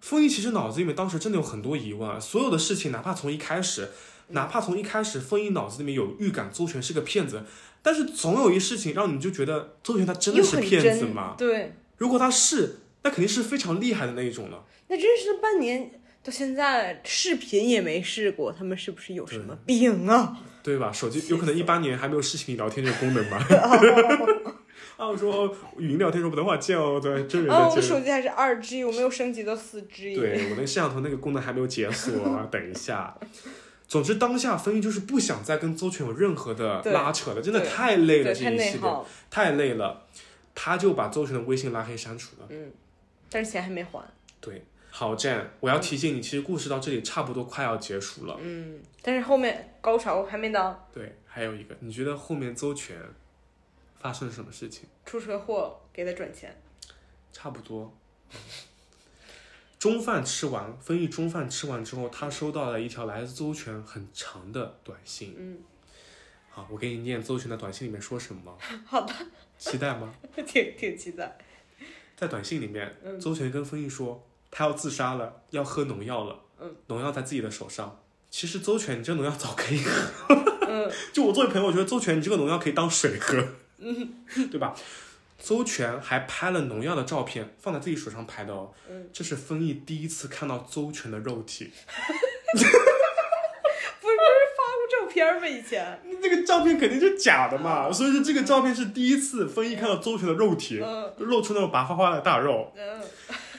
Speaker 1: 丰毅其实脑子里面当时真的有很多疑问，所有的事情，哪怕从一开始，哪怕从一开始，丰毅脑子里面有预感邹全是个骗子，但是总有一事情让你就觉得邹全他真的
Speaker 2: 又
Speaker 1: 是
Speaker 2: 很
Speaker 1: 骗子
Speaker 2: 真
Speaker 1: 吗？
Speaker 2: 对，
Speaker 1: 如果他是，那肯定是非常厉害的那一种了。
Speaker 2: 那认识了半年，到现在视频也没试过，他们是不是有什么病啊？
Speaker 1: 对吧？手机有可能一八年还没有视频聊天这个功能吧？ 啊，我说哦，语音聊天说普通话见哦，对，真人
Speaker 2: 啊，
Speaker 1: 在
Speaker 2: 我的
Speaker 1: 见。
Speaker 2: 手机还是二 G，我没有升级到四 G。
Speaker 1: 对我那摄像头那个功能还没有解锁 啊，等一下。总之，当下分析就是不想再跟周全有任何的
Speaker 2: 对
Speaker 1: 拉扯了，真的
Speaker 2: 对
Speaker 1: 太累了，
Speaker 2: 对，
Speaker 1: 这
Speaker 2: 太
Speaker 1: 一
Speaker 2: 内
Speaker 1: 系列
Speaker 2: 耗，
Speaker 1: 太累了，他就把周全的微信拉黑删除
Speaker 2: 嗯
Speaker 1: 了。
Speaker 2: 但是钱还没还。
Speaker 1: 对，好战，我要提醒你，其实故事到这里差不多快要结束了。
Speaker 2: 嗯，但是后面高潮还没到，
Speaker 1: 对，还有一个，你觉得后面周全发生了什么事情？
Speaker 2: 出车祸给他转钱。
Speaker 1: 差不多。中饭吃完，丰毅中饭吃完之后，他收到了一条来自邹全很长的短信。
Speaker 2: 嗯，
Speaker 1: 好，我给你念邹全的短信里面说什么，
Speaker 2: 好的，
Speaker 1: 期待吗？
Speaker 2: 挺挺期待。
Speaker 1: 在短信里面，邹全跟丰毅说，他要自杀了，要喝农药了。嗯，农药在自己的手上。其实邹全，你这农药早可以喝。嗯， 就我作为朋友，我觉得邹全，你这个农药可以当水喝，嗯， 对吧？邹全还拍了农药的照片，放在自己手上拍的哦。嗯，这是丰毅第一次看到邹全的肉体。
Speaker 2: 不是不是发过照片吗？以前，
Speaker 1: 那这个照片肯定是假的嘛，所以说这个照片是第一次丰毅看到邹全的肉体，
Speaker 2: 嗯
Speaker 1: 露出那种白花花的大肉。
Speaker 2: 嗯，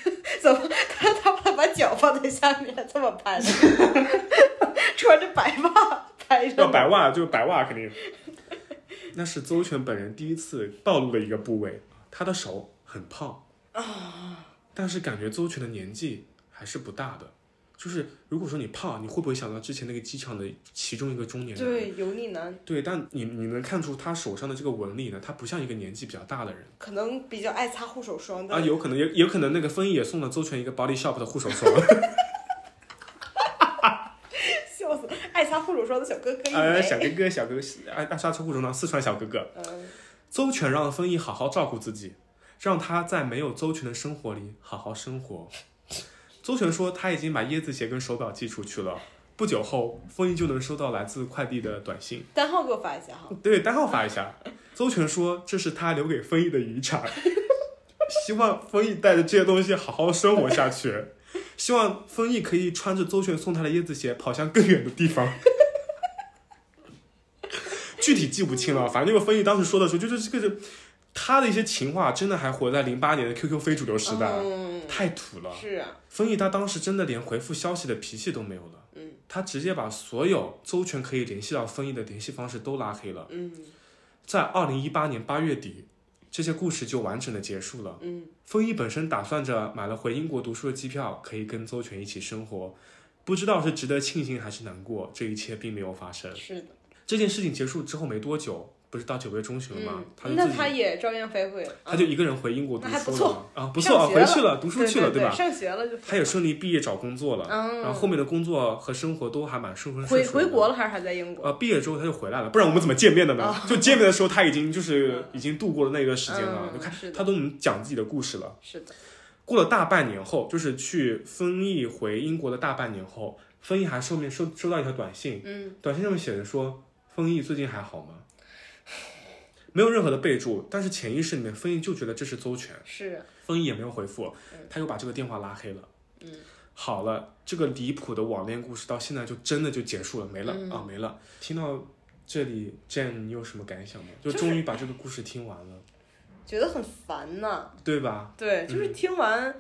Speaker 2: 怎么他他把把脚放在下面这么拍的？ 穿着白袜 拍
Speaker 1: 要
Speaker 2: 着，
Speaker 1: 白袜就白袜肯定。 那是邹全本人第一次暴露的一个部位，他的手很胖啊，但是感觉邹全的年纪还是不大的。就是如果说你胖，你会不会想到之前那个机场的其中一个中年人？
Speaker 2: 对，油腻男
Speaker 1: 对，但你你能看出他手上的这个纹理呢，他不像一个年纪比较大的人
Speaker 2: 可能比较爱擦护手霜的。
Speaker 1: 啊，有可能也也有可能那个风衣也送了邹全一个 Body Shop 的护手 霜，
Speaker 2: 笑死！爱擦护手霜的小哥哥一
Speaker 1: 哎，
Speaker 2: 枚。
Speaker 1: 小哥哥小哥哥，哎，大沙车护手霜，四川小哥哥，
Speaker 2: 嗯，
Speaker 1: 邹全让丰毅好好照顾自己，让他在没有邹全的生活里好好生活。邹全说他已经把椰子鞋跟手表寄出去了，不久后丰毅就能收到来自快递的短信。
Speaker 2: 单号给我发一下哈。
Speaker 1: 对，单号发一下。邹全说这是他留给丰毅的遗产， 希望丰毅带着这些东西好好生活下去，希望丰毅可以穿着邹全送他的椰子鞋跑向更远的地方。具体记不清了，反正那个丰毅当时说的时候，就就是这个他的一些情话，真的还活在零八年的 QQ 非主流时代，
Speaker 2: 嗯，
Speaker 1: 太土了。
Speaker 2: 是啊，
Speaker 1: 丰毅他当时真的连回复消息的脾气都没有了，
Speaker 2: 嗯
Speaker 1: 他直接把所有邹全可以联系到丰毅的联系方式都拉黑了。
Speaker 2: 嗯
Speaker 1: 在二零一八年八月底，这些故事就完整的结束了。
Speaker 2: 嗯，
Speaker 1: 丰毅本身打算着买了回英国读书的机票，可以跟邹全一起生活，不知道是值得庆幸还是难过，这一切并没有发生。
Speaker 2: 是的。
Speaker 1: 这件事情结束之后没多久，不是到九月中旬了吗？他就
Speaker 2: 嗯，那
Speaker 1: 自己
Speaker 2: 他也照样飞回，
Speaker 1: 他就一个人回英国读
Speaker 2: 那还不
Speaker 1: 书了 啊，不
Speaker 2: 上
Speaker 1: 错啊，
Speaker 2: 学
Speaker 1: 回
Speaker 2: 了
Speaker 1: 去了，读书去了，
Speaker 2: 对
Speaker 1: 吧？
Speaker 2: 上学了就
Speaker 1: 他也顺利毕业找工作了，
Speaker 2: 嗯
Speaker 1: 然后后面的工作和生活都还蛮顺风顺
Speaker 2: 回
Speaker 1: 水的。
Speaker 2: 回国了，还是还在英国？
Speaker 1: 呃，毕业之后他就回来了，不然我们怎么见面的
Speaker 2: 哦
Speaker 1: 呢？就见面的时候他已经就是已经度过了那段时间了，
Speaker 2: 嗯
Speaker 1: 你看
Speaker 2: 是的
Speaker 1: 他都能讲自己的故事了。
Speaker 2: 是的，
Speaker 1: 过了大半年后，就是去丰毅回英国的大半年后，丰毅还收面收收到一条短信，
Speaker 2: 嗯，
Speaker 1: 短信上面写着说：“丰毅最近还好吗？”没有任何的备注，但是潜意识里面丰毅就觉得这是邹全。
Speaker 2: 是，
Speaker 1: 丰毅也没有回复，他又把这个电话拉黑了。
Speaker 2: 嗯，
Speaker 1: 好了，这个离谱的网恋故事到现在就真的就结束了，没
Speaker 2: 嗯
Speaker 1: 了、啊，没了。听到这里，Jane，你有什么感想吗？就终于把这个故事听完了，
Speaker 2: 觉得很烦呐、
Speaker 1: 对吧？
Speaker 2: 对，就是
Speaker 1: 嗯
Speaker 2: 听完，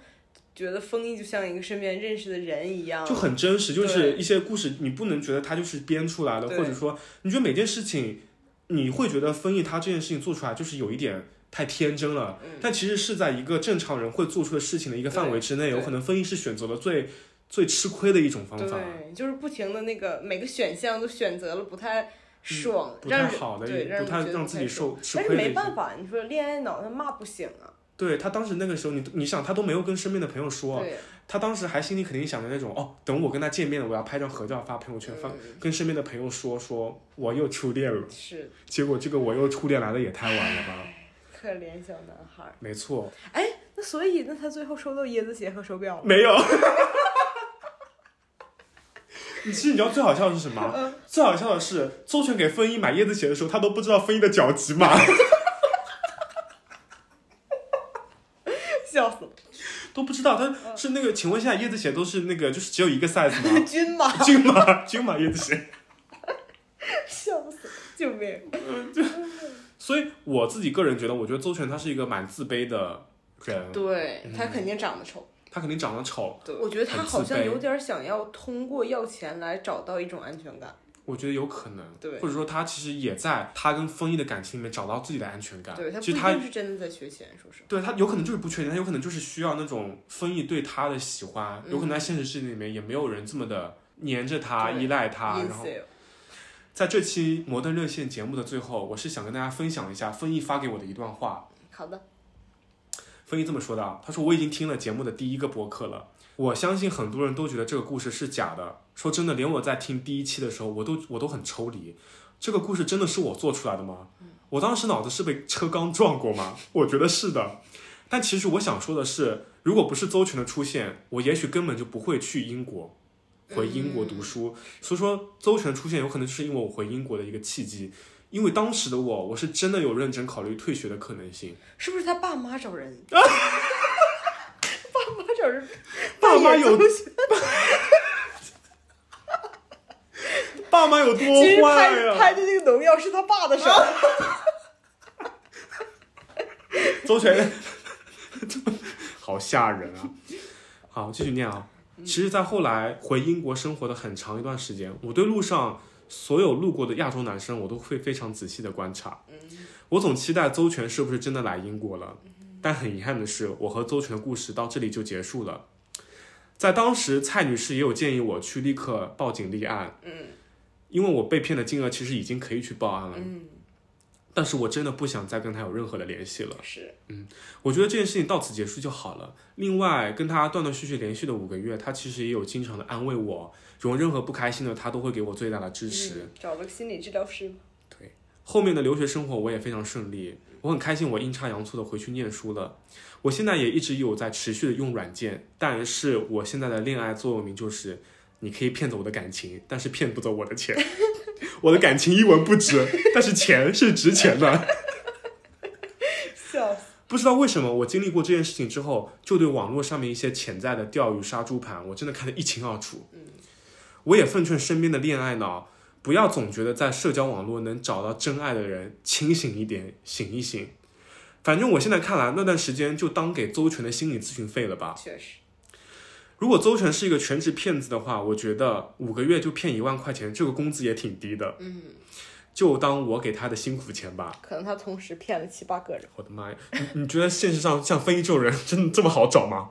Speaker 2: 觉得风衣就像一个身边认识的人一样，
Speaker 1: 就很真实，就是
Speaker 2: 对
Speaker 1: 一些故事，你不能觉得它就是编出来的，
Speaker 2: 对
Speaker 1: 或者说你觉得每件事情，你会觉得丰毅他这件事情做出来就是有一点太天真了，但其实是在一个正常人会做出的事情的一个范围之内，
Speaker 2: 嗯对
Speaker 1: 有可能丰毅是选择了最最吃亏的一种方法，
Speaker 2: 对，就是不停的那个每个选项都选择了不太爽，
Speaker 1: 不
Speaker 2: 让
Speaker 1: 太
Speaker 2: 人
Speaker 1: 好的，
Speaker 2: 对，
Speaker 1: 也不
Speaker 2: 人
Speaker 1: 太
Speaker 2: 觉得
Speaker 1: 让
Speaker 2: 不
Speaker 1: 自
Speaker 2: 太
Speaker 1: 己
Speaker 2: 爽。
Speaker 1: 受吃
Speaker 2: 但是
Speaker 1: 亏的
Speaker 2: 没
Speaker 1: 一种。
Speaker 2: 办法，你说恋爱脑他骂不醒啊，
Speaker 1: 对他当时那个时候，你你想，他都没有跟身边的朋友说，
Speaker 2: 对，
Speaker 1: 他当时还心里肯定想着那种，哦，等我跟他见面了，我要拍张合照发朋友
Speaker 2: 嗯
Speaker 1: 圈，发跟身边的朋友说，说我又初恋了。
Speaker 2: 是
Speaker 1: 结果这个我又初恋来的也太晚了吧？
Speaker 2: 可怜小男孩儿。
Speaker 1: 没错，
Speaker 2: 那所以，那他最后收到椰子鞋和手表了，
Speaker 1: 没有。 你其实你知道最好笑的是什
Speaker 2: 嗯
Speaker 1: 么？最好笑的是周全给风衣买椰子鞋的时候，他都不知道风衣的
Speaker 2: 嗯
Speaker 1: 脚几码。
Speaker 2: 笑死了。？
Speaker 1: 都不知道他是那个，请问现在椰子鞋都是那个，就是只有一个 size 吗
Speaker 2: 均吗？
Speaker 1: 均码均码椰子鞋。
Speaker 2: 笑死，救命！
Speaker 1: 所以我自己个人觉得，我觉得邹全他是一个蛮自卑的人，
Speaker 2: 对他肯定长得丑，
Speaker 1: 他肯定长得丑，
Speaker 2: 我觉得
Speaker 1: 哦
Speaker 2: 他
Speaker 1: 很
Speaker 2: 好
Speaker 1: 自
Speaker 2: 像
Speaker 1: 卑
Speaker 2: 有点想要通过要钱来找到一种安全感。
Speaker 1: 我觉得有可能，
Speaker 2: 对
Speaker 1: 或者说他其实也在他跟丰毅的感情里面找到自己的安全感。
Speaker 2: 对他不
Speaker 1: 其
Speaker 2: 一
Speaker 1: 实他
Speaker 2: 定是真的在缺钱，说实话。
Speaker 1: 对他有可能就是不缺钱，他有可能就是需要那种丰毅对他的喜欢，
Speaker 2: 嗯
Speaker 1: 有可能在现实世界里面也没有人这么的黏着他、
Speaker 2: 对
Speaker 1: 依赖他，
Speaker 2: 阴
Speaker 1: 然后
Speaker 2: sale
Speaker 1: 在这期摩登热线节目的最后，我是想跟大家分享一下丰毅发给我的一段话。
Speaker 2: 好的，
Speaker 1: 丰毅这么说的啊，他说我已经听了节目的第一个播客了，我相信很多人都觉得这个故事是假的。说真的，连我在听第一期的时候，我都我都很抽离。这个故事真的是我做出来的吗？我当时脑子是被车刚撞过吗？我觉得是的。但其实我想说的是，如果不是邹群的出现，我也许根本就不会去英国，回英国读书。所以说，邹群的出现有可能是因为我回英国的一个契机。因为当时的我，我是真的有认真考虑退学的可能性。
Speaker 2: 是不是他爸妈找 人？爸妈找人，
Speaker 1: 爸妈
Speaker 2: 扮演
Speaker 1: 有
Speaker 2: 周迅
Speaker 1: 爸妈有多
Speaker 2: 其实
Speaker 1: 坏啊
Speaker 2: 拍
Speaker 1: 呀、
Speaker 2: 拍的那个农药是他爸的手，
Speaker 1: 周全， 好吓人啊！好，我继续念啊。其实，在后来回英国生活的很长一段时间，我对路上所有路过的亚洲男生，我都会非常仔细的观察。我总期待邹全是不是真的来英国了，但很遗憾的是，我和邹全的故事到这里就结束了。在当时，蔡女士也有建议我去立刻报警立案，嗯，因为我被骗的金额其实已经可以去报案了，嗯，但是我真的不想再跟他有任何的联系了。
Speaker 2: 是
Speaker 1: 我觉得这件事情到此结束就好了。另外，跟他断断续续连续的五个月，他其实也有经常的安慰我，有任何不开心的，他都会给我最大的支持。
Speaker 2: 嗯找了个心理治疗师吗？
Speaker 1: 对，后面的留学生活我也非常顺利，我很开心，我阴差阳错的回去念书了。我现在也一直有在持续的用软件，但是我现在的恋爱座右铭就是：你可以骗走我的感情，但是骗不走我的钱。 我的感情一文不值，但是钱是值钱的。
Speaker 2: 笑死，
Speaker 1: 不知道为什么，我经历过这件事情之后，就对网络上面一些潜在的钓鱼杀猪盘，我真的看得一清二楚。我也奉劝身边的恋爱脑，不要总觉得在社交网络能找到真爱的人，清醒一点，醒一醒。反正我现在看来，那段时间就当给邹全的心理咨询费了吧。
Speaker 2: 确实，
Speaker 1: 如果邹全是一个全职骗子的话，我觉得五个月就骗一万块钱，这个工资也挺低的。嗯，就当我给他的辛苦钱吧。
Speaker 2: 可能他同时骗了七八 个人。
Speaker 1: 我的妈呀！你你觉得现实上像分一这种人真的这么好找吗？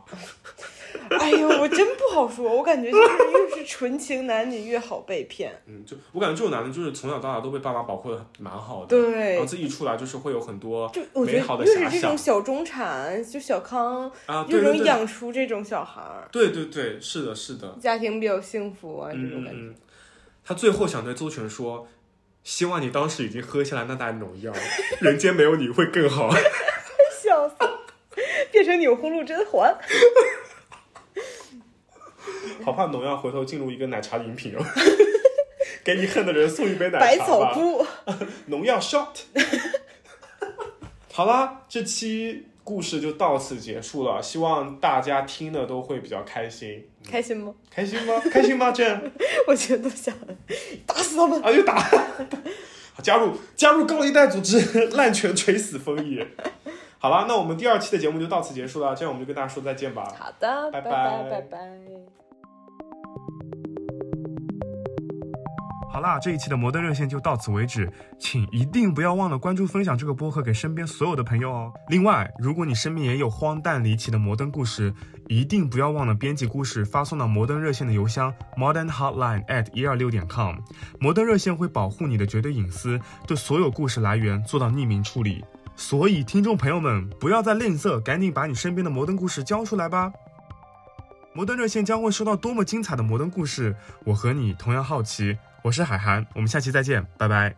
Speaker 2: 哎呦，我真不好说，我感觉就是越是纯情男女越好被骗。
Speaker 1: 嗯，就我感觉这种男的，就是从小到大都被爸妈保护的蛮好的，
Speaker 2: 对
Speaker 1: 然后自己一出来就是会有很多
Speaker 2: 就我觉
Speaker 1: 美好
Speaker 2: 得
Speaker 1: 的遐
Speaker 2: 越是这种
Speaker 1: 想
Speaker 2: 小中产，就小康，
Speaker 1: 啊，
Speaker 2: 越
Speaker 1: 对对
Speaker 2: 能
Speaker 1: 对，
Speaker 2: 养出这种小孩儿，
Speaker 1: 对对对，是的，是的，
Speaker 2: 家庭比较幸福啊，这
Speaker 1: 嗯
Speaker 2: 种
Speaker 1: 嗯
Speaker 2: 感觉。
Speaker 1: 嗯。他最后想对邹全说：“希望你当时已经喝下了那袋农药， 人间没有你会更好。
Speaker 2: 笑死， 变成钮祜禄甄嬛。”
Speaker 1: 好怕农药回头进入一个奶茶饮品哦。 给你恨的人送一杯奶茶吧。
Speaker 2: 百草枯，
Speaker 1: 农药 shot。好啦，这期故事就到此结束了，希望大家听的都会比较开心。
Speaker 2: 开心吗？
Speaker 1: 开心吗？开心吗？Jane
Speaker 2: 我觉得想打死他们。
Speaker 1: 啊，又打，好加入加入高利贷组织， 滥权锤死丰毅。好啦，那我们第二期的节目就到此结束了，这样我们就跟大家说再见吧。
Speaker 2: 好的，
Speaker 1: 拜
Speaker 2: 拜
Speaker 1: 拜
Speaker 2: 拜拜。
Speaker 1: 好啦，这一期的摩登热线就到此为止，请一定不要忘了关注、分享这个播客给身边所有的朋友哦。另外，如果你身边也有荒诞离奇的摩登故事，一定不要忘了编辑故事发送到摩登热线的邮箱 modernhotline at 一二六点 com。摩登热线会保护你的绝对隐私，对所有故事来源做到匿名处理。所以，听众朋友们，不要再吝啬，赶紧把你身边的摩登故事交出来吧。摩登热线将会收到多么精彩的摩登故事？我和你同样好奇。我是海涵，我们下期再见，拜拜。